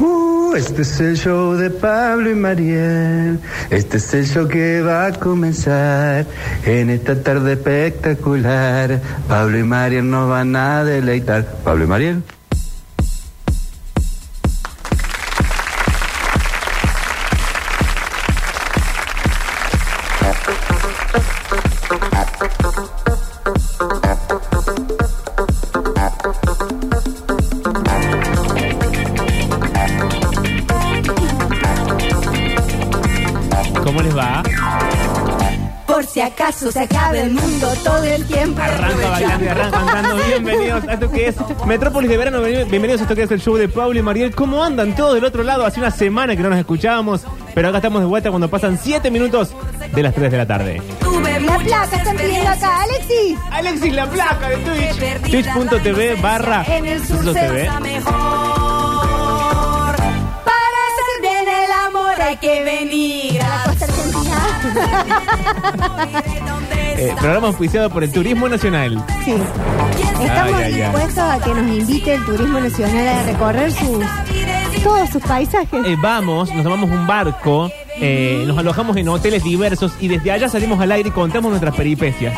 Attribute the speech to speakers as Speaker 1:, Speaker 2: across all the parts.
Speaker 1: Uh, este es el show de Pablo y Mariel. Este es el show que va a comenzar en esta tarde espectacular. Pablo y Mariel nos van a deleitar. Pablo y Mariel.
Speaker 2: ¿Cómo les va?
Speaker 3: Por si acaso se acaba el mundo todo el tiempo.
Speaker 2: Arranca bailando y arranca cantando. Bienvenidos a esto que es Metrópolis de Verano. Bien- Bienvenidos a esto que es el show de Pablo y Mariel. ¿Cómo andan todos del otro lado? Hace una semana que no nos escuchábamos, pero acá estamos de vuelta cuando pasan 7 minutos de las 3 de la tarde.
Speaker 3: Tuve la placa está pidiendo acá, Alexis.
Speaker 2: Alexis, la placa de Twitch. Twitch.tv barra
Speaker 3: En el sur
Speaker 2: Suso
Speaker 3: se
Speaker 2: TV.
Speaker 3: usa mejor. Para hacer bien el amor hay que venir a la
Speaker 2: Eh, programa auspiciado por el Turismo Nacional.
Speaker 4: Sí. Estamos
Speaker 2: Ay, ay, ay.
Speaker 4: dispuestos a que nos invite el turismo nacional a recorrer sus, todos sus paisajes.
Speaker 2: Eh, vamos, nos tomamos un barco, eh, nos alojamos en hoteles diversos y desde allá salimos al aire y contamos nuestras peripecias.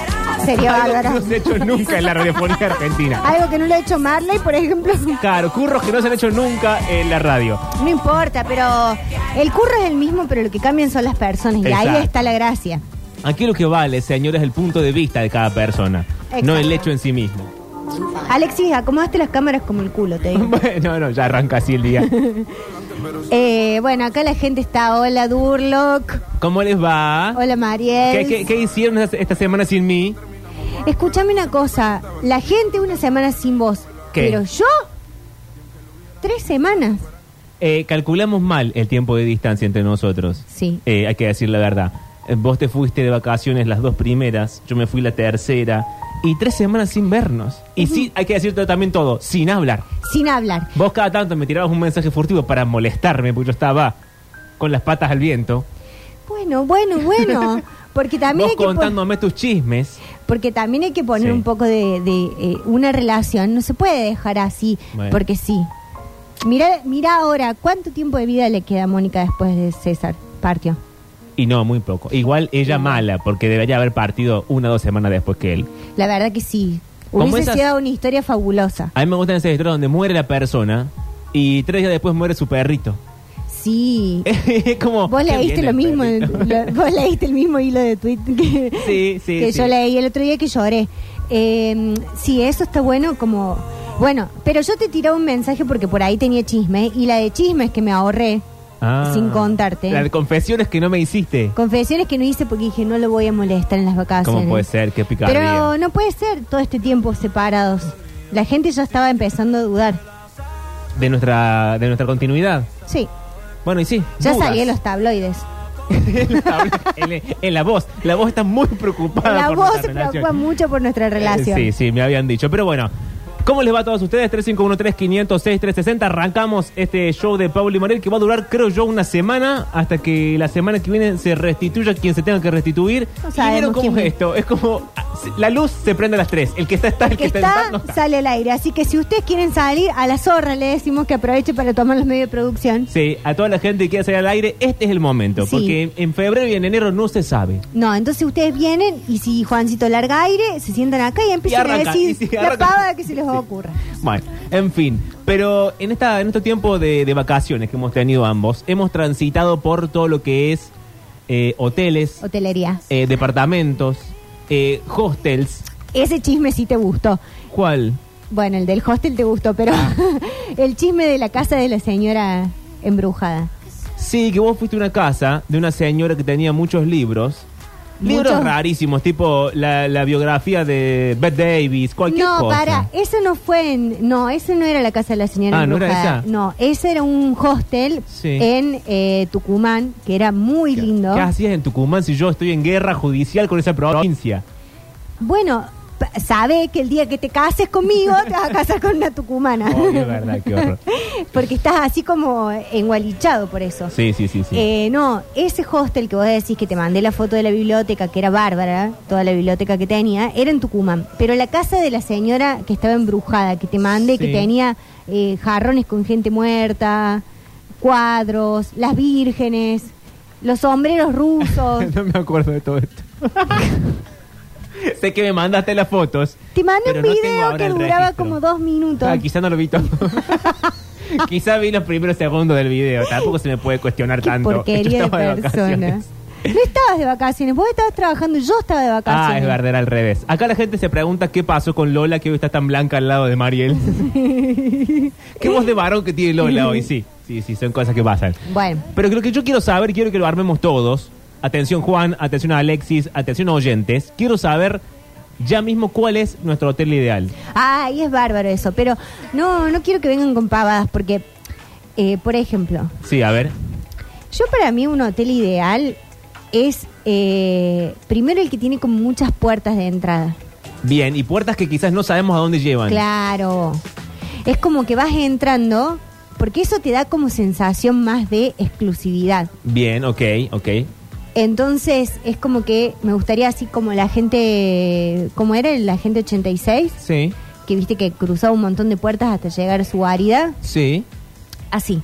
Speaker 4: Sería
Speaker 2: Algo que
Speaker 4: bárbaro.
Speaker 2: no se ha hecho nunca en la radiofonía argentina.
Speaker 4: Algo que no lo ha hecho Marley, por ejemplo.
Speaker 2: Claro, curros que no se han hecho nunca en la radio.
Speaker 4: No importa, pero el curro es el mismo, pero lo que cambian son las personas. Y
Speaker 2: Exacto.
Speaker 4: ahí está la gracia.
Speaker 2: Aquí lo que vale, señor, es el punto de vista de cada persona,
Speaker 4: Exacto.
Speaker 2: no el hecho en sí mismo.
Speaker 4: Alexis, acomodaste las cámaras como el culo, te digo.
Speaker 2: Bueno, no, ya arranca así el día.
Speaker 4: Eh, bueno, acá la gente está. Hola, Durlock.
Speaker 2: ¿Cómo les va?
Speaker 4: Hola,
Speaker 2: ¿Qué,
Speaker 4: Mariel.
Speaker 2: qué- qué hicieron esta- esta semana sin mí?
Speaker 4: Escúchame una cosa. La gente una semana sin voz.
Speaker 2: ¿Qué?
Speaker 4: Pero yo, tres semanas.
Speaker 2: Eh, calculamos mal el tiempo de distancia entre nosotros.
Speaker 4: Sí.
Speaker 2: Eh, hay que decir la verdad. Eh, Vos te fuiste de vacaciones las dos primeras, yo me fui la tercera, y tres semanas sin vernos. Y sí, hay que decirte también todo, sin hablar.
Speaker 4: sin hablar.
Speaker 2: Vos cada tanto me tirabas un mensaje furtivo para molestarme, porque yo estaba con las patas al viento.
Speaker 4: Bueno, bueno, bueno. Porque también,
Speaker 2: Vos
Speaker 4: hay que pon-
Speaker 2: contándome tus chismes.
Speaker 4: porque también hay que poner
Speaker 2: Sí.
Speaker 4: un poco de, de, eh, una relación. No se puede dejar así,
Speaker 2: Bueno.
Speaker 4: porque sí. Mira, mira ahora, ¿cuánto tiempo de vida le queda a Mónica después de César partió?
Speaker 2: Y no, muy poco. Igual ella mala, porque debería haber partido una o dos semanas después que él.
Speaker 4: La verdad que sí.
Speaker 2: Como
Speaker 4: Hubiese
Speaker 2: esas-
Speaker 4: sido una historia fabulosa.
Speaker 2: A mí me gustan esas historias donde muere la persona y tres días después muere su perrito.
Speaker 4: Sí.
Speaker 2: Es como...
Speaker 4: Vos
Speaker 2: qué
Speaker 4: leíste
Speaker 2: bien
Speaker 4: lo
Speaker 2: el
Speaker 4: mismo,
Speaker 2: perrito.
Speaker 4: lo- vos leíste el mismo hilo de tweet que,
Speaker 2: Sí, sí,
Speaker 4: que
Speaker 2: sí.
Speaker 4: yo leí el otro día que lloré. Eh, sí, eso está bueno como... Bueno, pero yo te tiré un mensaje porque por ahí tenía chisme y la de chismes que me ahorré,
Speaker 2: Ah.
Speaker 4: sin contarte.
Speaker 2: La de confesiones que no me hiciste.
Speaker 4: confesiones que no hice porque dije no lo voy a molestar en las vacaciones.
Speaker 2: ¿Cómo puede ser? Qué picardía.
Speaker 4: Pero no puede ser todo este tiempo separados. La gente ya estaba empezando a dudar.
Speaker 2: De nuestra, de nuestra continuidad.
Speaker 4: Sí,
Speaker 2: Bueno, y sí.
Speaker 4: ya
Speaker 2: dudas.
Speaker 4: salí en los tabloides.
Speaker 2: en, la, en- en la voz. La voz está muy preocupada.
Speaker 4: La
Speaker 2: por
Speaker 4: voz
Speaker 2: nuestra
Speaker 4: se
Speaker 2: relación.
Speaker 4: preocupa mucho por nuestra relación.
Speaker 2: Eh, sí, sí, me habían dicho. Pero bueno, ¿cómo les va a todos ustedes? 351-3506-360. Arrancamos este show de Pablo y Morel que va a durar, creo yo, una semana hasta que la semana que viene se restituya quien se tenga que restituir.
Speaker 4: No
Speaker 2: y vieron
Speaker 4: sabemos
Speaker 2: cómo
Speaker 4: quién
Speaker 2: es
Speaker 4: es.
Speaker 2: esto. Es como ah, se- la luz se prende a las 3. El que está está, el
Speaker 4: El
Speaker 2: que,
Speaker 4: que
Speaker 2: está,
Speaker 4: está,
Speaker 2: no está.
Speaker 4: sale al aire. Así que si ustedes quieren salir, a la zorra le decimos que aproveche para tomar los medios de producción.
Speaker 2: Sí, a toda la gente que quiera salir al aire, este es el momento.
Speaker 4: Sí.
Speaker 2: Porque en- en febrero y en enero no se sabe.
Speaker 4: No, entonces ustedes vienen y si Juancito larga aire, se sientan acá y empiezan a
Speaker 2: arranca, y
Speaker 4: decir
Speaker 2: sí,
Speaker 4: la
Speaker 2: arranca.
Speaker 4: pavada que se les
Speaker 2: Sí.
Speaker 4: ocurra.
Speaker 2: Bueno, en fin, pero en esta en este tiempo de, de vacaciones que hemos tenido ambos, hemos transitado por todo lo que es eh, hoteles,
Speaker 4: Hotelería.
Speaker 2: eh, departamentos, eh, hostels.
Speaker 4: Ese chisme sí te gustó.
Speaker 2: ¿Cuál?
Speaker 4: Bueno, el del hostel te gustó, pero
Speaker 2: Ah.
Speaker 4: el chisme de la casa de la señora embrujada.
Speaker 2: Sí, que vos fuiste a una casa de una señora que tenía muchos libros. Libros
Speaker 4: Muchos.
Speaker 2: rarísimos, tipo la, la biografía de Bette Davis, cualquier
Speaker 4: no,
Speaker 2: cosa.
Speaker 4: para, eso no fue en. No, eso no era la casa de la señora
Speaker 2: Ah, ¿no era
Speaker 4: embrujada.
Speaker 2: esa?
Speaker 4: No, ese era un hostel
Speaker 2: Sí.
Speaker 4: en eh, Tucumán, que era muy lindo.
Speaker 2: ¿Qué hacías en Tucumán si yo estoy en guerra judicial con esa provincia?
Speaker 4: Bueno, p- sabe que el día que te cases conmigo te vas a casar con una tucumana.
Speaker 2: Oh, qué verdad, qué horror.
Speaker 4: Porque estás así como engualichado por eso.
Speaker 2: Sí, sí, sí, sí.
Speaker 4: Eh, no, ese hostel que vos decís que te mandé la foto de la biblioteca, que era bárbara, toda la biblioteca que tenía, era en Tucumán. Pero la casa de la señora que estaba embrujada, que te mandé, que
Speaker 2: Sí.
Speaker 4: tenía eh, jarrones con gente muerta, cuadros, las vírgenes, los sombreros rusos.
Speaker 2: no me acuerdo de todo esto. sé que me mandaste las fotos.
Speaker 4: te mandé
Speaker 2: Pero
Speaker 4: un
Speaker 2: no tengo
Speaker 4: video
Speaker 2: ahora
Speaker 4: que
Speaker 2: el
Speaker 4: duraba
Speaker 2: registro.
Speaker 4: como dos minutos.
Speaker 2: Ah, quizá no lo vi todo. quizá vi los primeros segundos del video. Tampoco se me puede cuestionar
Speaker 4: Qué
Speaker 2: tanto. Yo
Speaker 4: porquería de
Speaker 2: estaba
Speaker 4: persona.
Speaker 2: vacaciones.
Speaker 4: No estabas de vacaciones, vos estabas trabajando, yo estaba de vacaciones.
Speaker 2: Ah, es verdad, era al revés. Acá la gente se pregunta qué pasó con Lola que hoy está tan blanca al lado de Mariel. qué voz de varón que tiene Lola hoy, sí. Sí, sí, son cosas que pasan.
Speaker 4: Bueno.
Speaker 2: Pero lo que yo quiero saber, quiero que lo armemos todos. Atención Juan, atención a Alexis, atención a oyentes. Quiero saber ya mismo cuál es nuestro hotel ideal.
Speaker 4: Ay, es bárbaro eso, pero no, no quiero que vengan con pavadas porque, eh, por ejemplo,
Speaker 2: Sí, a ver.
Speaker 4: yo para mí un hotel ideal es eh, primero el que tiene como muchas puertas de entrada.
Speaker 2: Bien, y puertas que quizás no sabemos a dónde llevan.
Speaker 4: Claro, es como que vas entrando porque eso te da como sensación más de exclusividad.
Speaker 2: Bien, ok, ok.
Speaker 4: Entonces es como que me gustaría así como la gente, como era la gente 86,
Speaker 2: Sí,
Speaker 4: que viste que cruzaba un montón de puertas hasta llegar a su árida,
Speaker 2: sí.
Speaker 4: así.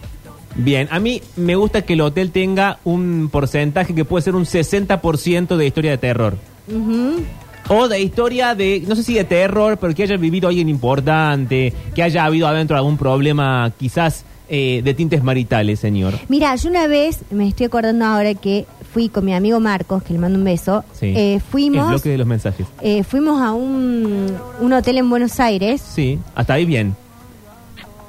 Speaker 2: Bien, a mí me gusta que el hotel tenga un porcentaje que puede ser un 60% de historia de terror.
Speaker 4: Ujú.
Speaker 2: O de historia de, no sé si de terror, pero que haya vivido alguien importante, que haya habido adentro algún problema quizás eh, de tintes maritales, señor.
Speaker 4: Mira, yo una vez, me estoy acordando ahora que fui con mi amigo Marcos, que le mando un beso,
Speaker 2: Sí.
Speaker 4: eh,
Speaker 2: El
Speaker 4: fuimos,
Speaker 2: bloque de los mensajes.
Speaker 4: eh, fuimos a un, un hotel en Buenos Aires,
Speaker 2: Sí, hasta ahí bien.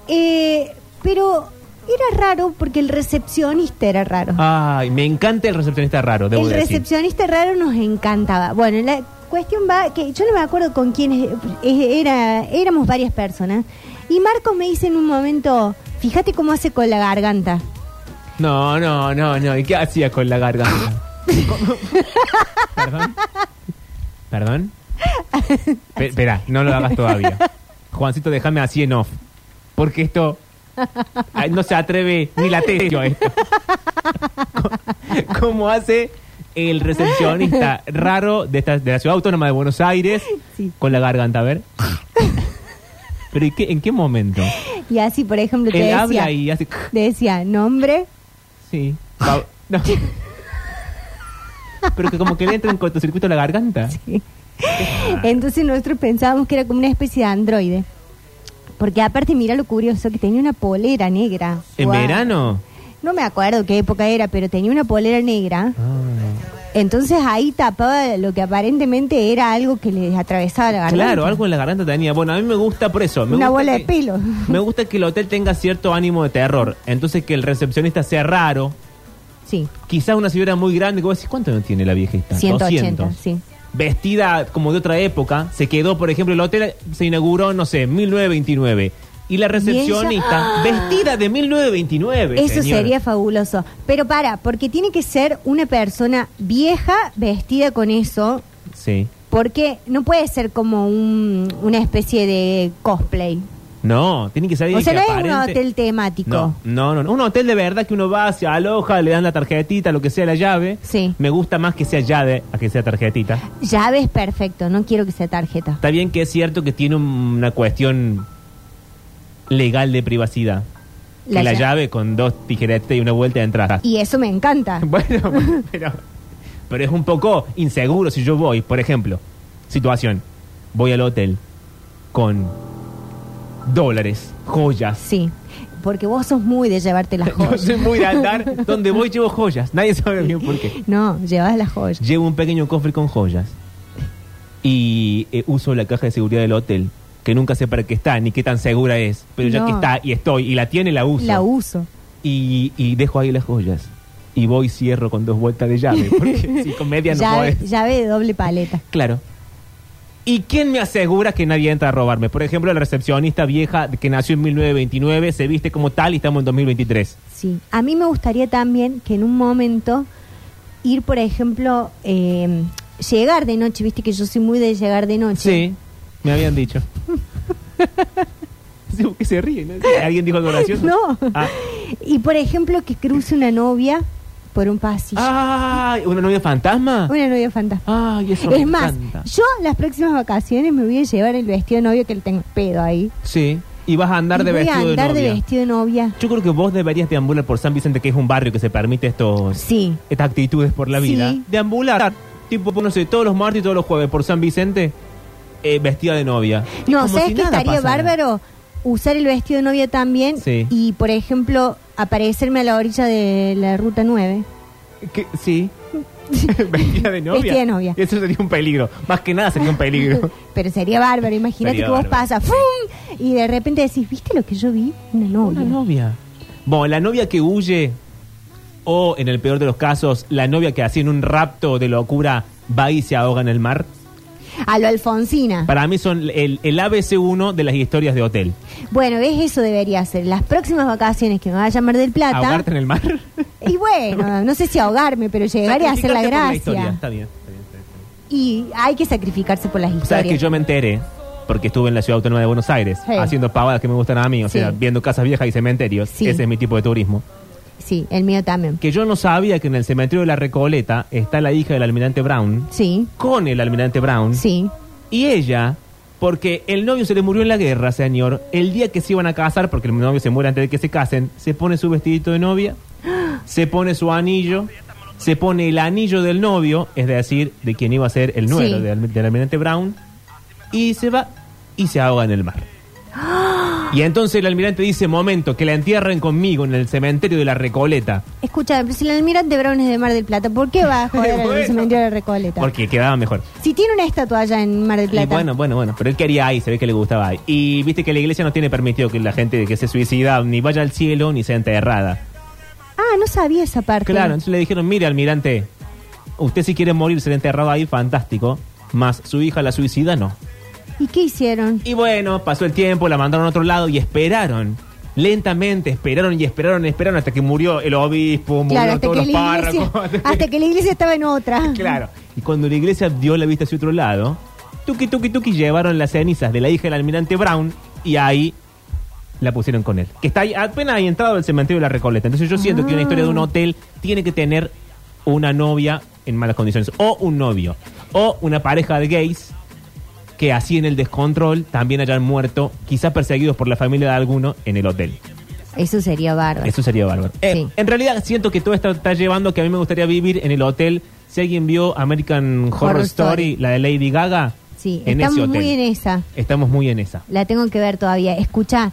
Speaker 4: eh, pero era raro porque el recepcionista era raro.
Speaker 2: Ay, me encanta el recepcionista raro, Ah, debo
Speaker 4: el
Speaker 2: decir.
Speaker 4: recepcionista raro nos encantaba. Bueno, la cuestión va que yo no me acuerdo con quién es- es- era, éramos varias personas. Y Marcos me dice en un momento, fíjate cómo hace con la garganta.
Speaker 2: No, no, no, no. ¿Y qué hacía con la garganta? ¿Cómo? ¿Perdón? ¿Perdón? Pe- Espera, no lo hagas todavía. Juancito, déjame así en off. Porque esto ay, no se atreve ni la techo a esto. Co- ¿Cómo hace el recepcionista raro de, esta, de la ciudad autónoma de Buenos Aires
Speaker 4: Sí.
Speaker 2: con la garganta? A ver. ¿Pero y qué- en qué momento?
Speaker 4: Y así, por ejemplo, te
Speaker 2: Él
Speaker 4: decía,
Speaker 2: habla y hace...
Speaker 4: te decía, nombre,
Speaker 2: Sí. Pa- no. Pero que como que le entra en cortocircuito a la garganta.
Speaker 4: Entonces nosotros pensábamos que era como una especie de androide. Porque aparte, mira lo curioso, que tenía una polera negra.
Speaker 2: ¿En
Speaker 4: Guau.
Speaker 2: verano?
Speaker 4: No me acuerdo qué época era, pero tenía una polera negra. Ah. Entonces ahí tapaba lo que aparentemente era algo que le atravesaba la garganta.
Speaker 2: claro, algo en la garganta tenía. Bueno, a mí me gusta por eso. Me
Speaker 4: Una
Speaker 2: gusta
Speaker 4: bola
Speaker 2: que-
Speaker 4: de pelo.
Speaker 2: Me gusta que el hotel tenga cierto ánimo de terror. Entonces que el recepcionista sea raro.
Speaker 4: Sí,
Speaker 2: Quizás una señora muy grande, que vos decís, ¿cuánto no tiene la viejita?
Speaker 4: 180, sí.
Speaker 2: Vestida como de otra época, se quedó, por ejemplo, el hotel se inauguró, no sé, en 1929. Y la recepcionista, vestida de 1929.
Speaker 4: ¡Ah! Eso
Speaker 2: señor.
Speaker 4: sería fabuloso. Pero para, porque tiene que ser una persona vieja vestida con eso,
Speaker 2: Sí.
Speaker 4: porque no puede ser como un- una especie de cosplay.
Speaker 2: No, tiene que salir
Speaker 4: O sea, no
Speaker 2: que
Speaker 4: es un
Speaker 2: aparente-
Speaker 4: hotel temático.
Speaker 2: No, no, no, no. Un hotel de verdad que uno va, se aloja, le dan la tarjetita, lo que sea la llave.
Speaker 4: Sí.
Speaker 2: Me gusta más que sea llave a que sea tarjetita.
Speaker 4: Llave es perfecto, no quiero que sea tarjeta.
Speaker 2: Está bien que es cierto que tiene un- una cuestión legal de privacidad. Que La,
Speaker 4: lla-
Speaker 2: llave con dos tijeretes y una vuelta de entrada.
Speaker 4: Y eso me encanta.
Speaker 2: Bueno, pero, pero es un poco inseguro si yo voy, por ejemplo, situación, voy al hotel con dólares, joyas,
Speaker 4: Sí, porque vos sos muy de llevarte las
Speaker 2: Yo
Speaker 4: joyas.
Speaker 2: soy muy de andar. Donde voy llevo joyas. Nadie sabe bien por qué.
Speaker 4: No, llevas las joyas.
Speaker 2: Llevo un pequeño cofre con joyas. Y eh, uso la caja de seguridad del hotel. Que nunca sé para qué está ni qué tan segura es. Pero ya
Speaker 4: No.
Speaker 2: que está y estoy y la tiene, la uso.
Speaker 4: La uso.
Speaker 2: y, y dejo ahí las joyas. Y voy y cierro con dos vueltas de llave. Porque si con media no
Speaker 4: Llave,
Speaker 2: podés.
Speaker 4: llave de doble paleta.
Speaker 2: Claro. ¿Y quién me asegura que nadie entra a robarme? Por ejemplo, la recepcionista vieja que nació en 1929 se viste como tal y estamos en 2023.
Speaker 4: Sí. A mí me gustaría también que en un momento ir, por ejemplo, eh, llegar de noche, viste que yo soy muy de llegar de noche.
Speaker 2: Sí, me habían dicho. Sí, ¿Por qué se ríe? ¿No? ¿Alguien dijo algo gracioso?
Speaker 4: No.
Speaker 2: Ah.
Speaker 4: Y por ejemplo, que cruce una novia por un pasillo.
Speaker 2: Ah, ¿una novia fantasma?
Speaker 4: Una novia fantasma.
Speaker 2: Ay, eso me
Speaker 4: es más,
Speaker 2: encanta.
Speaker 4: yo las próximas vacaciones me voy a llevar el vestido de novio que le tengo pedo ahí.
Speaker 2: Sí, y vas a andar
Speaker 4: Y
Speaker 2: de
Speaker 4: voy
Speaker 2: vestido
Speaker 4: a andar
Speaker 2: de
Speaker 4: de,
Speaker 2: novia.
Speaker 4: vestido de novia.
Speaker 2: Yo creo que vos deberías deambular por San Vicente, que es un barrio que se permite estos
Speaker 4: Sí.
Speaker 2: estas actitudes por la
Speaker 4: Sí.
Speaker 2: vida. Deambular, tipo, no sé, todos los martes y todos los jueves por San Vicente, eh, vestida de novia. Y
Speaker 4: No,
Speaker 2: como
Speaker 4: ¿sabes
Speaker 2: si
Speaker 4: qué
Speaker 2: nada
Speaker 4: estaría
Speaker 2: pasara.
Speaker 4: bárbaro? Usar el vestido de novia también
Speaker 2: Sí.
Speaker 4: y, por ejemplo, aparecerme a la orilla de la ruta 9.
Speaker 2: ¿Qué? Sí. vestida de novia.
Speaker 4: Vestida de novia.
Speaker 2: Eso sería un peligro. Más que nada sería un peligro.
Speaker 4: Pero sería bárbaro, imagínate
Speaker 2: Sería
Speaker 4: que vos
Speaker 2: bárbaro.
Speaker 4: pasas ¡fum! y de repente decís, ¿viste lo que yo vi? Una novia.
Speaker 2: Una novia. Bueno, la novia que huye, o en el peor de los casos, la novia que así en un rapto de locura va y se ahoga en el mar.
Speaker 4: A lo Alfonsina.
Speaker 2: Para mí son el, el ABC1 de las historias de hotel.
Speaker 4: Bueno, ¿ves? Eso debería ser. Las próximas vacaciones que me vaya a Mar del Plata.
Speaker 2: Ahogarte en el mar.
Speaker 4: Y bueno, no sé si ahogarme, pero llegaré a hacer la
Speaker 2: Sacrificarte por
Speaker 4: gracia.
Speaker 2: historia. Está bien, está bien, está bien.
Speaker 4: Y hay que sacrificarse por las
Speaker 2: Sabes que
Speaker 4: historias.
Speaker 2: yo me enteré, porque estuve en la ciudad autónoma de Buenos Aires,
Speaker 4: Sí.
Speaker 2: haciendo pavadas que me gustan a mí, o
Speaker 4: Sí.
Speaker 2: sea, viendo casas viejas y cementerios.
Speaker 4: Sí.
Speaker 2: Ese es mi tipo de turismo.
Speaker 4: Sí, el mío también.
Speaker 2: Que yo no sabía que en el cementerio de la Recoleta está la hija del almirante Brown,
Speaker 4: Sí,
Speaker 2: con el almirante Brown,
Speaker 4: sí.
Speaker 2: y ella, porque el novio se le murió en la guerra, señor, el día que se iban a casar, porque el novio se muere antes de que se casen, se pone su vestidito de novia, se pone su anillo, se pone el anillo del novio, es decir, de quien iba a ser el nuero
Speaker 4: Sí.
Speaker 2: del, del almirante Brown, y se va y se ahoga en el mar. Y entonces el almirante dice, momento, que la entierren conmigo en el cementerio de la Recoleta,
Speaker 4: Escucha, pero si el almirante Brown es de Mar del Plata, ¿por qué va a joder al
Speaker 2: Bueno.
Speaker 4: cementerio de Recoleta?
Speaker 2: porque quedaba mejor.
Speaker 4: Si tiene una estatua allá en Mar del
Speaker 2: Y
Speaker 4: Plata.
Speaker 2: bueno, bueno, bueno, pero él quería ahí, se ve que le gustaba ahí. Y viste que la iglesia no tiene permitido que la gente que se suicida ni vaya al cielo ni sea enterrada.
Speaker 4: Ah, no sabía esa parte.
Speaker 2: Claro, entonces le dijeron, mire almirante, usted si quiere morir ser enterrado ahí, fantástico, más su hija la suicida no.
Speaker 4: ¿Y qué hicieron?
Speaker 2: Y bueno, pasó el tiempo, la mandaron a otro lado y esperaron. Lentamente esperaron y esperaron y esperaron hasta que murió el obispo, murió
Speaker 4: claro, hasta
Speaker 2: todos
Speaker 4: que,
Speaker 2: los
Speaker 4: la iglesia,
Speaker 2: párrocos. hasta que-
Speaker 4: hasta que la iglesia estaba en otra.
Speaker 2: Claro. Y cuando la iglesia dio la vista hacia otro lado, tuki tuki tuki llevaron las cenizas de la hija del almirante Brown y ahí la pusieron con él. Que está ahí, apenas ahí entrado del cementerio de la Recoleta. Entonces yo siento que una historia de un hotel tiene que tener una novia en malas condiciones. O un novio. O una pareja de gays que así en el descontrol también hayan muerto, quizás perseguidos por la familia de alguno en el hotel.
Speaker 4: Eso sería bárbaro.
Speaker 2: Eso sería bárbaro. Eh,
Speaker 4: Sí.
Speaker 2: En realidad siento que todo esto está llevando a que a mí me gustaría vivir en el hotel. Si alguien vio American Horror,
Speaker 4: Horror
Speaker 2: Story,
Speaker 4: Story.
Speaker 2: la de Lady Gaga,
Speaker 4: Sí,
Speaker 2: en
Speaker 4: estamos
Speaker 2: ese hotel.
Speaker 4: muy en esa.
Speaker 2: Estamos muy en esa.
Speaker 4: La tengo que ver todavía. Escucha,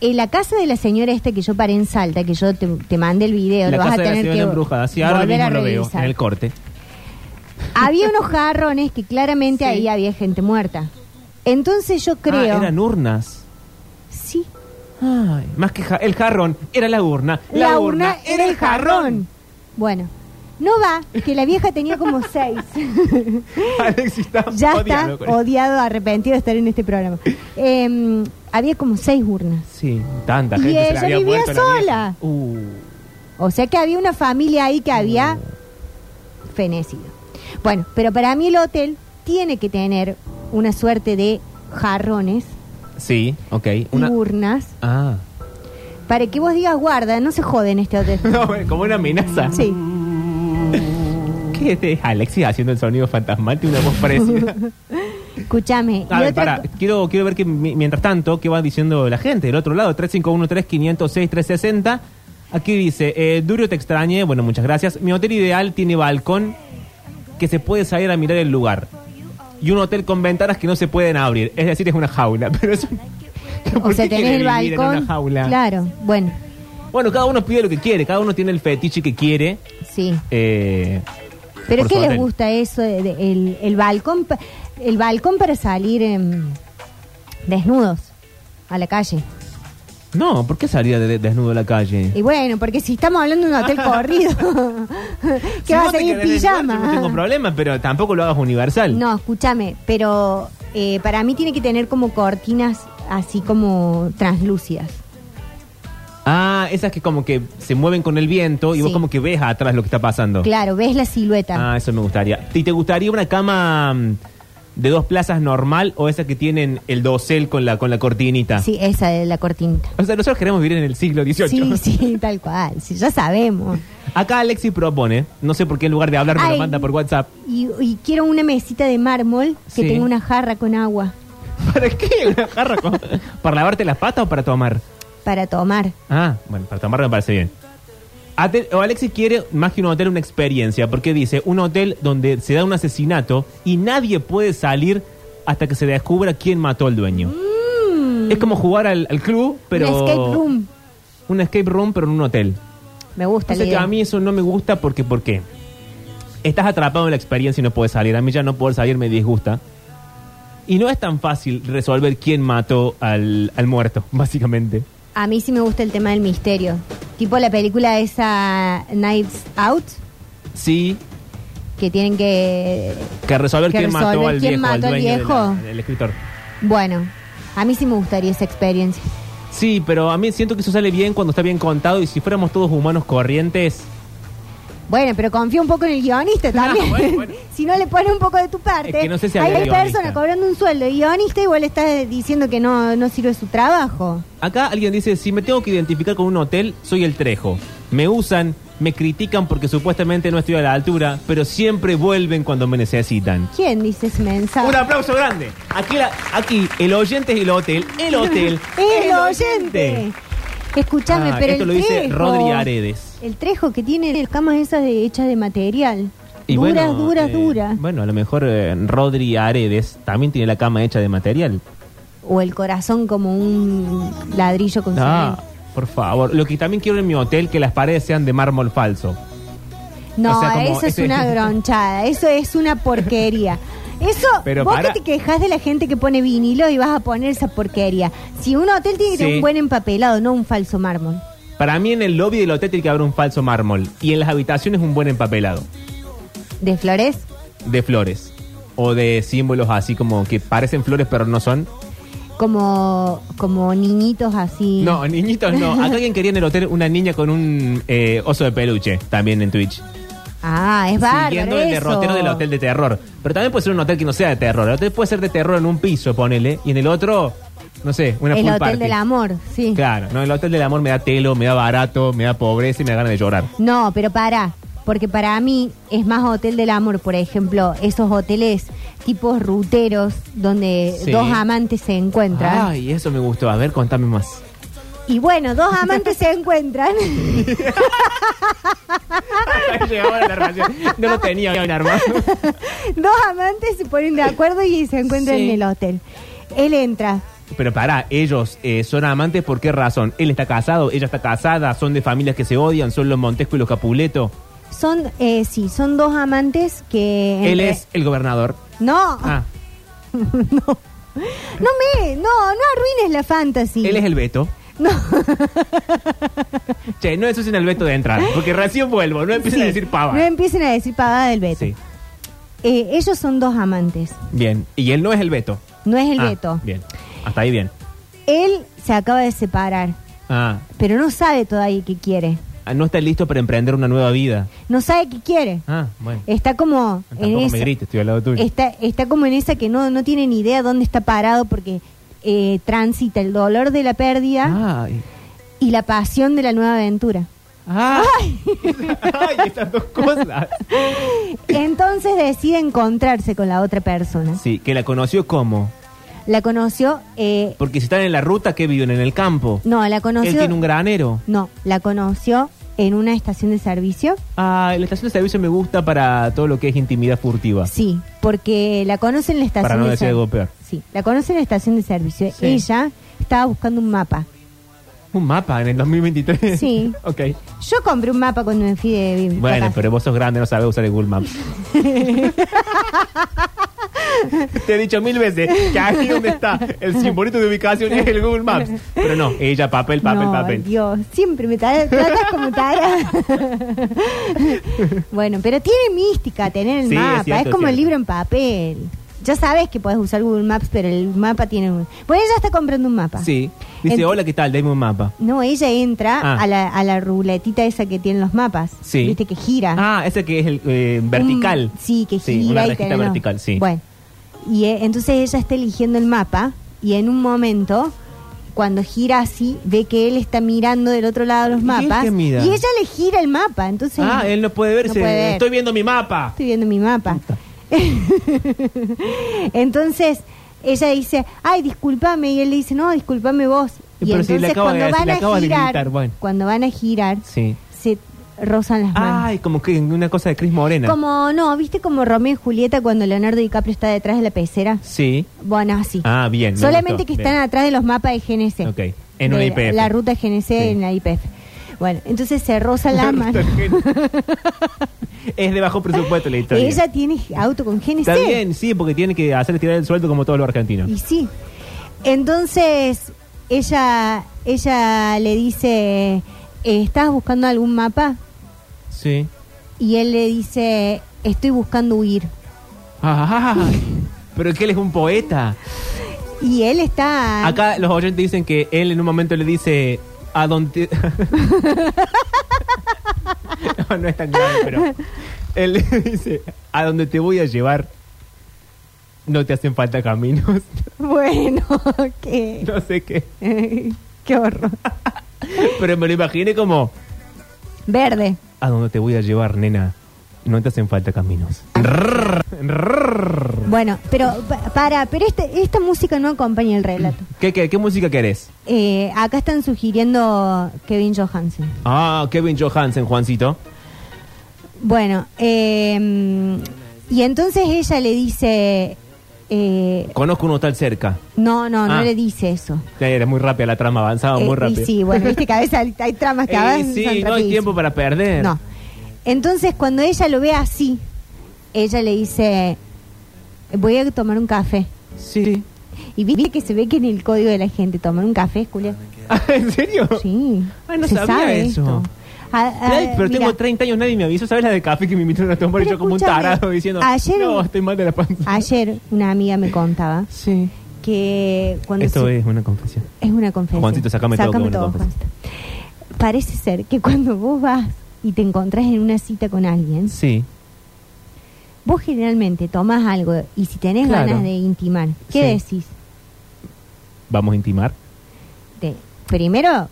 Speaker 4: en la casa de la señora esta que yo paré en Salta, que yo te, te mandé el video,
Speaker 2: la
Speaker 4: lo vas
Speaker 2: casa de
Speaker 4: a
Speaker 2: la
Speaker 4: tener
Speaker 2: ciudad
Speaker 4: que
Speaker 2: embrujada. Sí, ahora
Speaker 4: volver
Speaker 2: mismo
Speaker 4: a
Speaker 2: lo veo
Speaker 4: revisar.
Speaker 2: en el corte.
Speaker 4: Había unos jarrones que claramente ahí había gente muerta. Entonces yo creo...
Speaker 2: Ah, eran urnas.
Speaker 4: Sí.
Speaker 2: Ay, más que ja- el jarrón era la urna.
Speaker 4: La, urna, era el jarrón. Bueno, no va, que la vieja tenía como seis.
Speaker 2: Alex está
Speaker 4: ya
Speaker 2: odiado
Speaker 4: está
Speaker 2: con eso.
Speaker 4: odiado, arrepentido de estar en este programa. Em, había como seis urnas.
Speaker 2: Sí, tanta
Speaker 4: Y
Speaker 2: gente se
Speaker 4: ella
Speaker 2: la había
Speaker 4: vivía
Speaker 2: muerto la vieja.
Speaker 4: sola.
Speaker 2: Uh,
Speaker 4: O sea que había una familia ahí que había
Speaker 2: Mm.
Speaker 4: fenecido. Bueno, pero para mí el hotel tiene que tener una suerte de jarrones
Speaker 2: sí, ok.
Speaker 4: y
Speaker 2: Una...
Speaker 4: urnas
Speaker 2: Ah.
Speaker 4: para que vos digas, guarda, no se jode en este hotel.
Speaker 2: No, como una amenaza.
Speaker 4: Sí.
Speaker 2: ¿Qué es este? Alexis haciendo el sonido fantasmal? Tiene una voz parecida.
Speaker 4: Escúchame.
Speaker 2: A
Speaker 4: y
Speaker 2: ver,
Speaker 4: otra
Speaker 2: pará.
Speaker 4: co-
Speaker 2: Quiero, quiero ver que mi- mientras tanto, ¿qué va diciendo la gente? Del otro lado, 351-3506-360. Aquí dice, eh, Durio te extrañé. Bueno, muchas gracias. Mi hotel ideal tiene balcón que se puede salir a mirar el lugar. Y un hotel con ventanas que no se pueden abrir. Es decir, es una jaula. Pero eso,
Speaker 4: O
Speaker 2: ¿por
Speaker 4: sea,
Speaker 2: qué
Speaker 4: tenés el
Speaker 2: quiere vivir en
Speaker 4: balcón.
Speaker 2: una jaula?
Speaker 4: Claro, bueno,
Speaker 2: Bueno, cada uno pide lo que quiere. Cada uno tiene el fetiche que quiere.
Speaker 4: sí.
Speaker 2: eh,
Speaker 4: Pero
Speaker 2: por
Speaker 4: ¿qué
Speaker 2: su
Speaker 4: les
Speaker 2: hotel.
Speaker 4: gusta eso? de- de- el, el balcón pa- el balcón para salir em, desnudos a la calle.
Speaker 2: No, ¿por qué salía de- de- desnudo a la calle?
Speaker 4: Y bueno, porque si estamos hablando de un hotel corrido, que
Speaker 2: Si
Speaker 4: vas
Speaker 2: vos
Speaker 4: a
Speaker 2: te
Speaker 4: salir en
Speaker 2: querés desnudar,
Speaker 4: pijama.
Speaker 2: yo No tengo problema, pero tampoco lo hagas universal.
Speaker 4: No, escúchame, pero eh, para mí tiene que tener como cortinas así como translúcidas.
Speaker 2: Ah, esas que como que se mueven con el viento y vos
Speaker 4: Sí.
Speaker 2: como que ves atrás lo que está pasando.
Speaker 4: Claro, ves la silueta.
Speaker 2: Ah, eso me gustaría. ¿Y te gustaría una cama mm, de dos plazas normal o esa que tienen el dosel con la, con la cortinita?
Speaker 4: Sí, esa de la cortinita.
Speaker 2: O sea, nosotros queremos vivir en el siglo XVIII.
Speaker 4: Sí, sí, tal cual. Sí, ya sabemos.
Speaker 2: Acá Alexis propone, no sé por qué en lugar de hablar me lo
Speaker 4: Ay.
Speaker 2: manda por WhatsApp.
Speaker 4: Y, y quiero una mesita de mármol que
Speaker 2: Sí.
Speaker 4: tenga una jarra con agua
Speaker 2: ¿Para qué? ¿Una jarra con- ¿Para lavarte las patas o para tomar?
Speaker 4: para tomar.
Speaker 2: Ah, bueno, para tomar me parece bien. Ate- o Alexis quiere, más que un hotel, una experiencia, porque dice, un hotel donde se da un asesinato y nadie puede salir hasta que se descubra quién mató al dueño. Es como jugar al, al club, pero...
Speaker 4: Mm. Un escape room.
Speaker 2: Un escape room, pero en un hotel.
Speaker 4: Me gusta la
Speaker 2: Pasa que
Speaker 4: idea.
Speaker 2: a mí eso no me gusta porque, ¿por qué? Estás atrapado en la experiencia y no puedes salir. A mí ya no poder salir me disgusta. Y no es tan fácil resolver quién mató al, al muerto, básicamente.
Speaker 4: A mí sí me gusta el tema del misterio. Tipo la película esa Knives Out,
Speaker 2: Sí,
Speaker 4: que tienen que...
Speaker 2: que resolver
Speaker 4: Que
Speaker 2: quién mató
Speaker 4: resolver
Speaker 2: al
Speaker 4: quién
Speaker 2: viejo, al
Speaker 4: mató al
Speaker 2: dueño del-
Speaker 4: viejo.
Speaker 2: del escritor.
Speaker 4: Bueno, a mí sí me gustaría esa experiencia.
Speaker 2: Sí, pero a mí siento que eso sale bien cuando está bien contado y si fuéramos todos humanos corrientes.
Speaker 4: Bueno, pero confío un poco en el guionista también.
Speaker 2: Ah, bueno, bueno.
Speaker 4: si no le pones un poco de tu parte,
Speaker 2: Es que no sé si
Speaker 4: hay
Speaker 2: había guionista.
Speaker 4: personas cobrando un sueldo de guionista igual le estás diciendo que no, no sirve su trabajo.
Speaker 2: Acá alguien dice, si me tengo que identificar con un hotel, soy el Trejo. Me usan, me critican porque supuestamente no estoy a la altura, pero siempre vuelven cuando me necesitan.
Speaker 4: ¿Quién dice ese mensaje?
Speaker 2: Un aplauso grande. Aquí, la- aquí el oyente es el hotel. El hotel.
Speaker 4: el oyente. Escúchame,
Speaker 2: Ah,
Speaker 4: pero
Speaker 2: esto
Speaker 4: el
Speaker 2: lo dice
Speaker 4: trejo,
Speaker 2: Rodri Aredes.
Speaker 4: El trejo que tiene las camas esas de, hechas de material. duras,
Speaker 2: bueno,
Speaker 4: duras,
Speaker 2: eh,
Speaker 4: duras.
Speaker 2: Bueno, a lo mejor eh, Rodri Aredes también tiene la cama hecha de material.
Speaker 4: O el corazón como un ladrillo con
Speaker 2: Ah,
Speaker 4: cemento.
Speaker 2: por favor. Lo que también quiero en mi hotel, que las paredes sean de mármol falso.
Speaker 4: No,
Speaker 2: o sea, como
Speaker 4: eso es
Speaker 2: ese-
Speaker 4: una gronchada. Eso es una porquería. Eso,
Speaker 2: Pero
Speaker 4: vos
Speaker 2: para-
Speaker 4: que te quejas de la gente que pone vinilo y vas a poner esa porquería. Si un hotel tiene que tener
Speaker 2: Sí.
Speaker 4: un buen empapelado, no un falso mármol.
Speaker 2: Para mí en el lobby del hotel tiene que haber un falso mármol. Y en las habitaciones un buen empapelado
Speaker 4: ¿De flores?
Speaker 2: de flores. O de símbolos así como que parecen flores pero no son.
Speaker 4: Como, como niñitos así.
Speaker 2: No, niñitos no. Acá alguien quería en el hotel una niña con un eh, oso de peluche también en Twitch.
Speaker 4: Ah, es bárbaro
Speaker 2: siguiendo el
Speaker 4: eso.
Speaker 2: derrotero del hotel de terror. Pero también puede ser un hotel que no sea de terror. El hotel puede ser de terror en un piso, ponele. Y en el otro, no sé, una
Speaker 4: el
Speaker 2: pool
Speaker 4: hotel
Speaker 2: party.
Speaker 4: del amor, sí.
Speaker 2: Claro, no, el hotel del amor me da telo, me da barato, me da pobreza y me da ganas de llorar.
Speaker 4: No, pero para, porque para mí es más hotel del amor, por ejemplo, esos hoteles tipos ruteros donde
Speaker 2: Sí.
Speaker 4: dos amantes se encuentran.
Speaker 2: Ay, eso me gustó. A ver, contame más.
Speaker 4: Y bueno, dos amantes se encuentran.
Speaker 2: Llegaba la narración. No lo tenía bien armado.
Speaker 4: dos amantes se ponen de acuerdo y se encuentran
Speaker 2: Sí.
Speaker 4: en el hotel. Él entra.
Speaker 2: Pero pará, ellos eh, son amantes por qué razón. Él está casado, ella está casada, son de familias que se odian, son los Montesco y los Capuleto.
Speaker 4: Son, eh, sí, son dos amantes que...
Speaker 2: Él
Speaker 4: entre-
Speaker 2: es el gobernador.
Speaker 4: No,
Speaker 2: Ah,
Speaker 4: no me... No, no arruines la fantasy.
Speaker 2: él es el Beto.
Speaker 4: No.
Speaker 2: Che, no ensucien al Beto de entrar, porque recién vuelvo, no empiecen a
Speaker 4: Sí,
Speaker 2: decir pava.
Speaker 4: No empiecen a decir pavada del Beto.
Speaker 2: Sí,
Speaker 4: Eh, ellos son dos amantes.
Speaker 2: bien. Y él no es el Beto.
Speaker 4: No es el
Speaker 2: Ah,
Speaker 4: Beto.
Speaker 2: Bien, hasta ahí bien.
Speaker 4: Él se acaba de separar,
Speaker 2: Ah,
Speaker 4: pero no sabe todavía qué quiere.
Speaker 2: ah, no está listo para emprender una nueva vida.
Speaker 4: No sabe qué quiere.
Speaker 2: Ah, bueno.
Speaker 4: Está como Eh, en
Speaker 2: Tampoco
Speaker 4: esa.
Speaker 2: me grites, estoy al lado tuyo.
Speaker 4: Está, está como en esa que no, no tiene ni idea dónde está parado porque eh, transita el dolor de la pérdida
Speaker 2: Ay.
Speaker 4: y la pasión de la nueva aventura.
Speaker 2: Ay. Ay, estas dos cosas.
Speaker 4: Entonces decide encontrarse con la otra persona.
Speaker 2: Sí, que la conoció como.
Speaker 4: La conoció, eh,
Speaker 2: Porque si están en la ruta, ¿qué viven? En el campo.
Speaker 4: no, la
Speaker 2: Él
Speaker 4: conoció,
Speaker 2: tiene un granero.
Speaker 4: no, la conoció en una estación de servicio.
Speaker 2: Ah, la estación de servicio me gusta para todo lo que es intimidad furtiva.
Speaker 4: Sí, porque la conoce en la estación
Speaker 2: Ah. Para no
Speaker 4: de
Speaker 2: decir
Speaker 4: ser-
Speaker 2: algo peor.
Speaker 4: Sí, la conoce en la estación de servicio.
Speaker 2: Sí.
Speaker 4: Ella estaba buscando un mapa.
Speaker 2: Un mapa en el 2023.
Speaker 4: Sí.
Speaker 2: ok.
Speaker 4: Yo compré un mapa cuando me fui de
Speaker 2: Bueno,
Speaker 4: capaz.
Speaker 2: pero vos sos grande, no sabés usar el Google Maps. Te he dicho mil veces que ahí donde está el simbolito de ubicación es el Google Maps. Pero no, ella, papel, papel,
Speaker 4: No,
Speaker 2: papel.
Speaker 4: Dios, siempre me tra- tratas como tarea. bueno, pero tiene mística tener el
Speaker 2: Sí, es
Speaker 4: mapa, es,
Speaker 2: cierto, es
Speaker 4: como el
Speaker 2: cierto.
Speaker 4: libro en papel. Ya sabes que puedes usar Google Maps, pero el mapa tiene un. Bueno, ella está comprando un mapa.
Speaker 2: Sí. Dice,
Speaker 4: Ent-
Speaker 2: hola, ¿qué tal? Dame un mapa.
Speaker 4: No, ella entra
Speaker 2: Ah.
Speaker 4: a, la, a la ruletita esa que tienen los mapas.
Speaker 2: Sí.
Speaker 4: Viste que gira.
Speaker 2: Ah, ese que es el eh, vertical.
Speaker 4: Un- sí, que gira.
Speaker 2: Sí, una
Speaker 4: y
Speaker 2: rejita
Speaker 4: tenés los-
Speaker 2: vertical, sí.
Speaker 4: Bueno, y eh, entonces ella está eligiendo el mapa y en un momento, cuando gira así, ve que él está mirando del otro lado los
Speaker 2: ¿Y él
Speaker 4: mapas
Speaker 2: qué mira?
Speaker 4: y ella le gira el mapa. Entonces,
Speaker 2: Ah, él no puede verse.
Speaker 4: No puede ver.
Speaker 2: Estoy viendo mi mapa.
Speaker 4: Estoy viendo mi mapa. entonces, ella dice, ay, discúlpame. Y él le dice, no, discúlpame vos.
Speaker 2: Y
Speaker 4: Y
Speaker 2: pero si le
Speaker 4: entonces
Speaker 2: acaba de-
Speaker 4: cuando
Speaker 2: si
Speaker 4: van
Speaker 2: le
Speaker 4: a
Speaker 2: acaba de
Speaker 4: girar,
Speaker 2: gritar, bueno.
Speaker 4: cuando van a girar,
Speaker 2: Sí.
Speaker 4: se rozan las manos.
Speaker 2: Ay, como que una cosa de Cris Morena.
Speaker 4: Como, no, ¿viste como Romeo y Julieta cuando Leonardo DiCaprio está detrás de la pecera?
Speaker 2: Sí.
Speaker 4: Bueno, así.
Speaker 2: Ah, bien. me
Speaker 4: Solamente
Speaker 2: gustó.
Speaker 4: que están
Speaker 2: Bien.
Speaker 4: atrás de los mapas de GNC.
Speaker 2: Ok, en una
Speaker 4: De
Speaker 2: IPF.
Speaker 4: La ruta GNC
Speaker 2: Sí.
Speaker 4: en la IPF. Bueno, entonces se roza la, mano.
Speaker 2: Es de bajo presupuesto la historia.
Speaker 4: Ella tiene auto con GNC.
Speaker 2: Está bien, sí, porque tiene que hacer tirar el sueldo como todos los argentinos.
Speaker 4: Y sí. Entonces, ella, ella le dice, eh, ¿estás buscando algún mapa?
Speaker 2: Sí.
Speaker 4: Y él le dice, estoy buscando huir.
Speaker 2: Ah, pero que él es un poeta.
Speaker 4: Y él está...
Speaker 2: Acá los oyentes dicen que él en un momento le dice a donde no, no es tan grave, pero él le dice a donde te voy a llevar no te hacen falta caminos,
Speaker 4: Bueno, que...
Speaker 2: no sé qué,
Speaker 4: Qué horror.
Speaker 2: pero me lo imaginé como
Speaker 4: Verde.
Speaker 2: a donde te voy a llevar, nena, no te hacen falta caminos.
Speaker 4: Bueno, pero pa- para, pero este, esta música no acompaña el relato.
Speaker 2: ¿Qué, qué, qué música querés?
Speaker 4: Eh, acá están sugiriendo Kevin Johansen.
Speaker 2: Ah, Kevin Johansen, Juancito.
Speaker 4: Bueno, eh, y entonces ella le dice, eh,
Speaker 2: Conozco uno tal cerca.
Speaker 4: no, no, no
Speaker 2: Ah.
Speaker 4: le dice eso.
Speaker 2: Ya Era muy rápida la trama, avanzaba
Speaker 4: Eh,
Speaker 2: muy
Speaker 4: y
Speaker 2: rápido.
Speaker 4: sí, bueno, viste que a veces hay, hay tramas que
Speaker 2: Eh,
Speaker 4: avanzan.
Speaker 2: sí, no hay
Speaker 4: rapidísimo.
Speaker 2: tiempo para perder.
Speaker 4: No. Entonces cuando ella lo ve así, ella le dice, voy a tomar un café.
Speaker 2: Sí.
Speaker 4: Y viste que se ve que en el código de la gente tomar un café es culiar.
Speaker 2: Ah, ¿En serio?
Speaker 4: Sí.
Speaker 2: Ay, no
Speaker 4: se
Speaker 2: sabía
Speaker 4: sabe
Speaker 2: eso.
Speaker 4: esto. Ah, ah,
Speaker 2: Ay, pero tengo
Speaker 4: mira,
Speaker 2: 30 años, nadie me avisó. ¿Sabes la de café que me invitaron a tomar? Y
Speaker 4: Pero
Speaker 2: yo como un
Speaker 4: escúchame,
Speaker 2: tarado diciendo,
Speaker 4: ayer- Ah,
Speaker 2: no, estoy mal de la panza.
Speaker 4: Ayer una amiga me contaba
Speaker 2: Sí.
Speaker 4: que cuando
Speaker 2: Esto
Speaker 4: se-
Speaker 2: es una confesión.
Speaker 4: es una confesión.
Speaker 2: Juancito, sacame todo, que es una confesión.
Speaker 4: Juancito. Parece ser que cuando vos vas y te encontrás en una cita con alguien,
Speaker 2: Sí.
Speaker 4: vos generalmente tomás algo y si tenés
Speaker 2: Claro.
Speaker 4: ganas de intimar, ¿qué decís?
Speaker 2: ¿Vamos a intimar?
Speaker 4: Te- primero,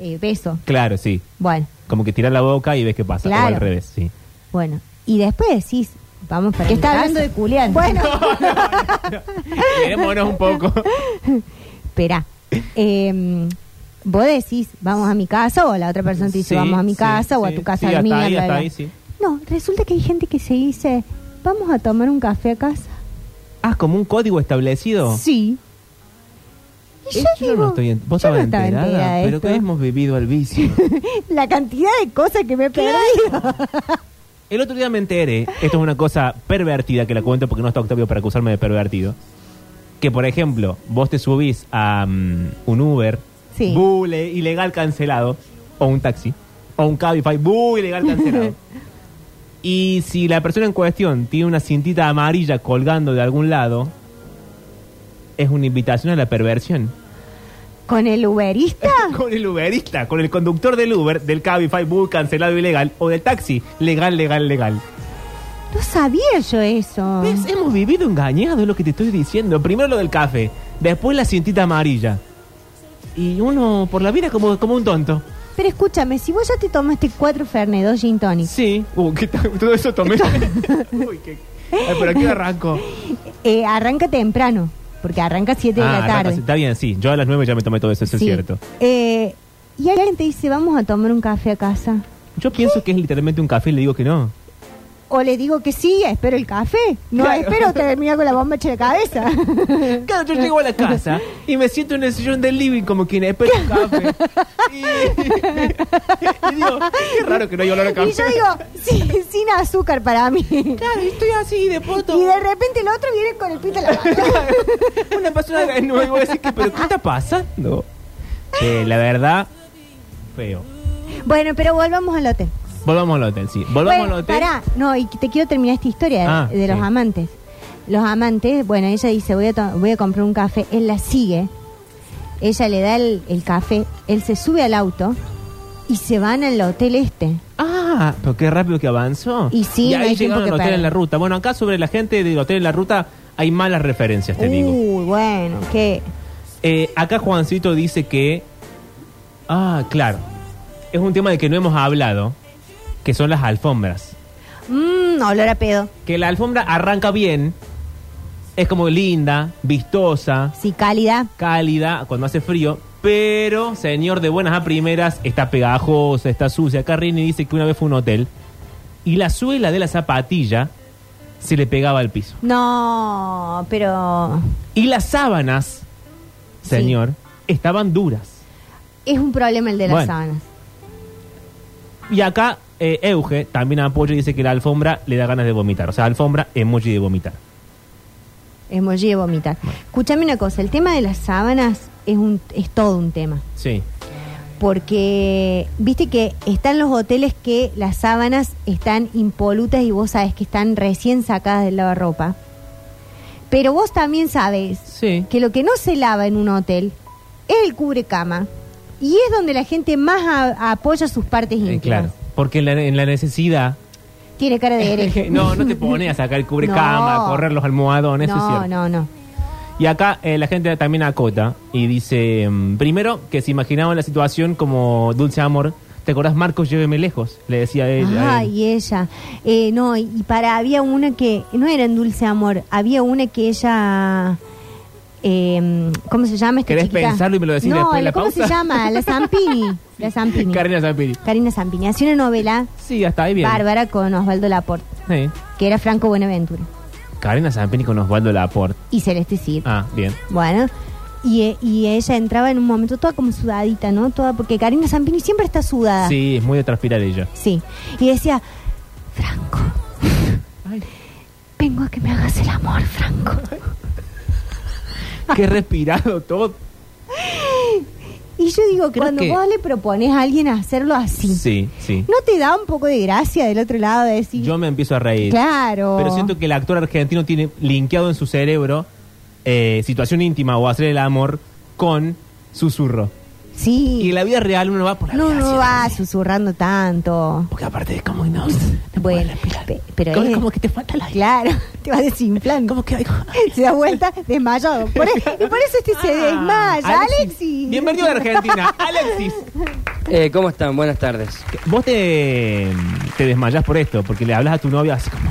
Speaker 4: eh, beso.
Speaker 2: Claro, sí.
Speaker 4: Bueno,
Speaker 2: Como que tirar la boca y ves qué pasa. O
Speaker 4: Claro.
Speaker 2: al revés, sí.
Speaker 4: bueno. Y después decís, vamos para Que está hablando de culián. Bueno.
Speaker 2: Querémonos un poco.
Speaker 4: Espera. Eh, vos decís, vamos a mi casa, o la otra persona te dice,
Speaker 2: Sí,
Speaker 4: vamos a mi
Speaker 2: sí,
Speaker 4: casa, o a
Speaker 2: sí,
Speaker 4: tu casa,
Speaker 2: sí,
Speaker 4: a
Speaker 2: hasta
Speaker 4: mí,
Speaker 2: ahí,
Speaker 4: bla,
Speaker 2: hasta
Speaker 4: bla,
Speaker 2: ahí,
Speaker 4: bla.
Speaker 2: sí.
Speaker 4: No, resulta que hay gente que se dice, vamos a tomar un café a casa.
Speaker 2: Ah, como un código establecido.
Speaker 4: Sí. Y
Speaker 2: Eh, yo
Speaker 4: yo,
Speaker 2: no
Speaker 4: digo,
Speaker 2: estoy en- vos
Speaker 4: yo
Speaker 2: estabas
Speaker 4: no estaba
Speaker 2: enterada,
Speaker 4: enterada de
Speaker 2: pero
Speaker 4: esto.
Speaker 2: que hemos vivido al vicio.
Speaker 4: La cantidad de cosas que me he perdido.
Speaker 2: El otro día me enteré, esto es una cosa pervertida que la cuento porque no está Octavio para acusarme de pervertido, que por ejemplo, vos te subís a mm, un Uber,
Speaker 4: Sí.
Speaker 2: bule, eh, ilegal cancelado, o un taxi, o un Cabify, bu, ilegal cancelado. y si la persona en cuestión tiene una cintita amarilla colgando de algún lado, es una invitación a la perversión.
Speaker 4: ¿Con el uberista?
Speaker 2: Con el Uberista, con el conductor del Uber, del Cabify, bu, cancelado ilegal, o del taxi, legal, legal, legal.
Speaker 4: No sabía yo eso.
Speaker 2: ¿Ves? Hemos vivido engañados, es lo que te estoy diciendo. Primero lo del café, después la cintita amarilla. Y uno por la vida como, como un tonto.
Speaker 4: Pero escúchame, si vos ya te tomaste cuatro Fernet, dos gin tonic,
Speaker 2: Sí. Uh, ¿qué tal? Todo eso tomé. Uy, qué... Ay, pero aquí arranco.
Speaker 4: eh, arranca temprano, porque arranca siete de
Speaker 2: Ah,
Speaker 4: la
Speaker 2: arranca,
Speaker 4: tarde.
Speaker 2: está bien, sí. Yo a las nueve ya me tomé todo eso, eso
Speaker 4: Sí.
Speaker 2: es cierto.
Speaker 4: Eh, y alguien te dice, vamos a tomar un café a casa.
Speaker 2: Yo pienso que es literalmente un café y le digo que no.
Speaker 4: O le digo que sí, espero el café. No
Speaker 2: Claro.
Speaker 4: espero terminar con la bomba hecha de cabeza.
Speaker 2: Claro, yo llego a la casa y me siento en el sillón del living como quien espera un café. Y, y digo, qué raro que no hay olor a café.
Speaker 4: y yo digo, sí, sin azúcar para mí.
Speaker 2: claro, y estoy así de poto.
Speaker 4: Y de repente el otro viene con el pito en la mano.
Speaker 2: Una persona de nuevo y voy a decir que, pero ¿qué está pasando? Eh, la verdad, feo.
Speaker 4: Bueno, pero volvamos al hotel.
Speaker 2: Volvamos al hotel, sí. Volvamos
Speaker 4: Bueno,
Speaker 2: al hotel.
Speaker 4: Pará, no, y te quiero terminar esta historia de-
Speaker 2: Ah,
Speaker 4: de, los
Speaker 2: sí.
Speaker 4: amantes. los amantes, bueno, ella dice, voy a, to- voy a comprar un café, él la sigue, ella le da el, el café, él se sube al auto y se van al hotel este.
Speaker 2: Ah, pero qué rápido que avanzó.
Speaker 4: Y sí,
Speaker 2: y
Speaker 4: no
Speaker 2: ahí
Speaker 4: hay
Speaker 2: llegaron
Speaker 4: tiempo
Speaker 2: al
Speaker 4: que
Speaker 2: hotel
Speaker 4: perder.
Speaker 2: en la ruta. Bueno, acá sobre la gente del hotel en la ruta hay malas referencias, te digo.
Speaker 4: Uy, bueno, qué...
Speaker 2: Eh, acá Juancito dice que. Ah, claro. Es un tema de que no hemos hablado, que son las alfombras.
Speaker 4: Mmm, olor a pedo.
Speaker 2: Que la alfombra arranca bien, es como linda, vistosa,
Speaker 4: Sí, calidad.
Speaker 2: cálida cuando hace frío, pero, señor, de buenas a primeras, está pegajosa, está sucia. Acá Rini dice que una vez fue a un hotel y la suela de la zapatilla se le pegaba al piso.
Speaker 4: No, pero
Speaker 2: Y las sábanas,
Speaker 4: Sí.
Speaker 2: señor, estaban duras.
Speaker 4: es un problema el de las
Speaker 2: Bueno.
Speaker 4: sábanas.
Speaker 2: Y acá eh, Euge también apoya y dice que la alfombra le da ganas de vomitar. O sea, alfombra, emoji de vomitar.
Speaker 4: Emoji de vomitar. Escúchame una cosa, el tema de las sábanas es, un, es todo un tema.
Speaker 2: Sí.
Speaker 4: Porque viste que están los hoteles que las sábanas están impolutas y vos sabes que están recién sacadas del lavarropa. Pero vos también sabes
Speaker 2: Sí.
Speaker 4: que lo que no se lava en un hotel es el cubrecama. Y es donde la gente más a- apoya sus partes
Speaker 2: Eh,
Speaker 4: íntimas.
Speaker 2: claro. Porque en la, en la necesidad.
Speaker 4: Tiene cara de hereje.
Speaker 2: no, no te pones a sacar el cubrecama,
Speaker 4: No.
Speaker 2: a correr los almohadones, eso es
Speaker 4: no,
Speaker 2: cierto.
Speaker 4: no, no.
Speaker 2: Y acá eh, la gente también acota y dice: mm, primero, que se imaginaban la situación como dulce amor. ¿Te acordás, Marcos, lléveme lejos? Le decía él. a
Speaker 4: Ah,
Speaker 2: él.
Speaker 4: y ella. Eh, no, y y para, había una que, no era en Dulce Amor, había una que ella, eh, ¿cómo se llama esta
Speaker 2: ¿Querés
Speaker 4: chiquita?
Speaker 2: pensarlo y me lo decís
Speaker 4: no,
Speaker 2: después de la
Speaker 4: ¿cómo
Speaker 2: pausa?
Speaker 4: se llama? La Zampini. La Zampini.
Speaker 2: Karina Zampiri.
Speaker 4: Karina Zampini. Hacía una novela
Speaker 2: Sí, hasta ahí bien.
Speaker 4: bárbara con Osvaldo Laporte,
Speaker 2: Sí.
Speaker 4: que era Franco Buenaventura,
Speaker 2: Karina Zampini con Osvaldo Laporte.
Speaker 4: y Celeste Cid.
Speaker 2: Ah, bien.
Speaker 4: Bueno, y, eh, y ella entraba en un momento toda como sudadita, ¿no? Toda, porque Karina Zampini siempre está sudada.
Speaker 2: Sí, es muy de transpirar ella.
Speaker 4: Sí. Y decía, Franco, vengo a que me hagas el amor, Franco. Ah.
Speaker 2: Qué respirado todo.
Speaker 4: Y yo digo,
Speaker 2: Creo
Speaker 4: cuando
Speaker 2: que-
Speaker 4: vos le propones a alguien hacerlo así,
Speaker 2: Sí, sí.
Speaker 4: ¿no te da un poco de gracia del otro lado de decir,
Speaker 2: Yo me empiezo a reír.
Speaker 4: claro?
Speaker 2: Pero siento que el actor argentino tiene linkeado en su cerebro eh, situación íntima o hacer el amor con susurro. Y
Speaker 4: Sí,
Speaker 2: en la vida real uno va por la
Speaker 4: no,
Speaker 2: vida
Speaker 4: no
Speaker 2: así,
Speaker 4: va
Speaker 2: así.
Speaker 4: susurrando tanto.
Speaker 2: Porque aparte es como que no. no puedes
Speaker 4: Bueno,
Speaker 2: respirar.
Speaker 4: pe- eh. pero
Speaker 2: como,
Speaker 4: es-
Speaker 2: como que te falta el aire.
Speaker 4: Claro, te vas desinflando.
Speaker 2: Como que algo-
Speaker 4: Se da vuelta desmayado. Por e- y por eso este se
Speaker 2: Ah,
Speaker 4: desmaya, Alexis.
Speaker 2: Bienvenido a la Argentina, Alexis.
Speaker 5: Eh, ¿Cómo están? Buenas tardes.
Speaker 2: Vos te, te desmayás por esto, porque le hablas a tu novia así como.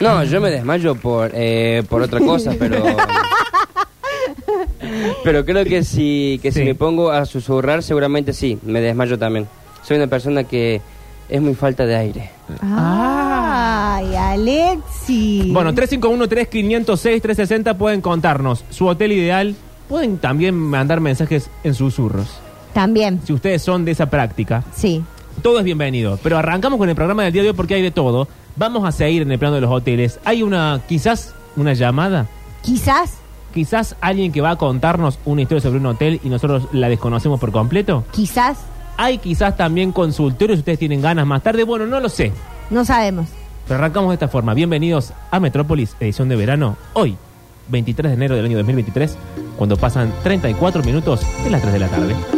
Speaker 5: No, yo me desmayo por, eh, por otra cosa, pero... Pero creo que si, que
Speaker 2: Sí.
Speaker 5: si me pongo a susurrar, seguramente sí, me desmayo también. Soy una persona que es muy falta de aire.
Speaker 4: Ay, Alexis.
Speaker 2: Ah. Bueno, 351-3506-360 pueden contarnos su hotel ideal. Pueden también mandar mensajes en susurros.
Speaker 4: También,
Speaker 2: Si ustedes son de esa práctica,
Speaker 4: sí.
Speaker 2: todo es bienvenido. Pero arrancamos con el programa del día de hoy porque hay de todo. Vamos a seguir en el plano de los hoteles. Hay una, quizás, una llamada.
Speaker 4: Quizás,
Speaker 2: Quizás alguien que va a contarnos una historia sobre un hotel y nosotros la desconocemos por completo.
Speaker 4: quizás,
Speaker 2: Hay quizás también consultorios, si ustedes tienen ganas más tarde. Bueno, no lo sé.
Speaker 4: no sabemos.
Speaker 2: Pero arrancamos de esta forma. Bienvenidos a Metrópolis, edición de verano, hoy, 23 de enero del año 2023, cuando pasan 34 minutos de las 3 de la tarde.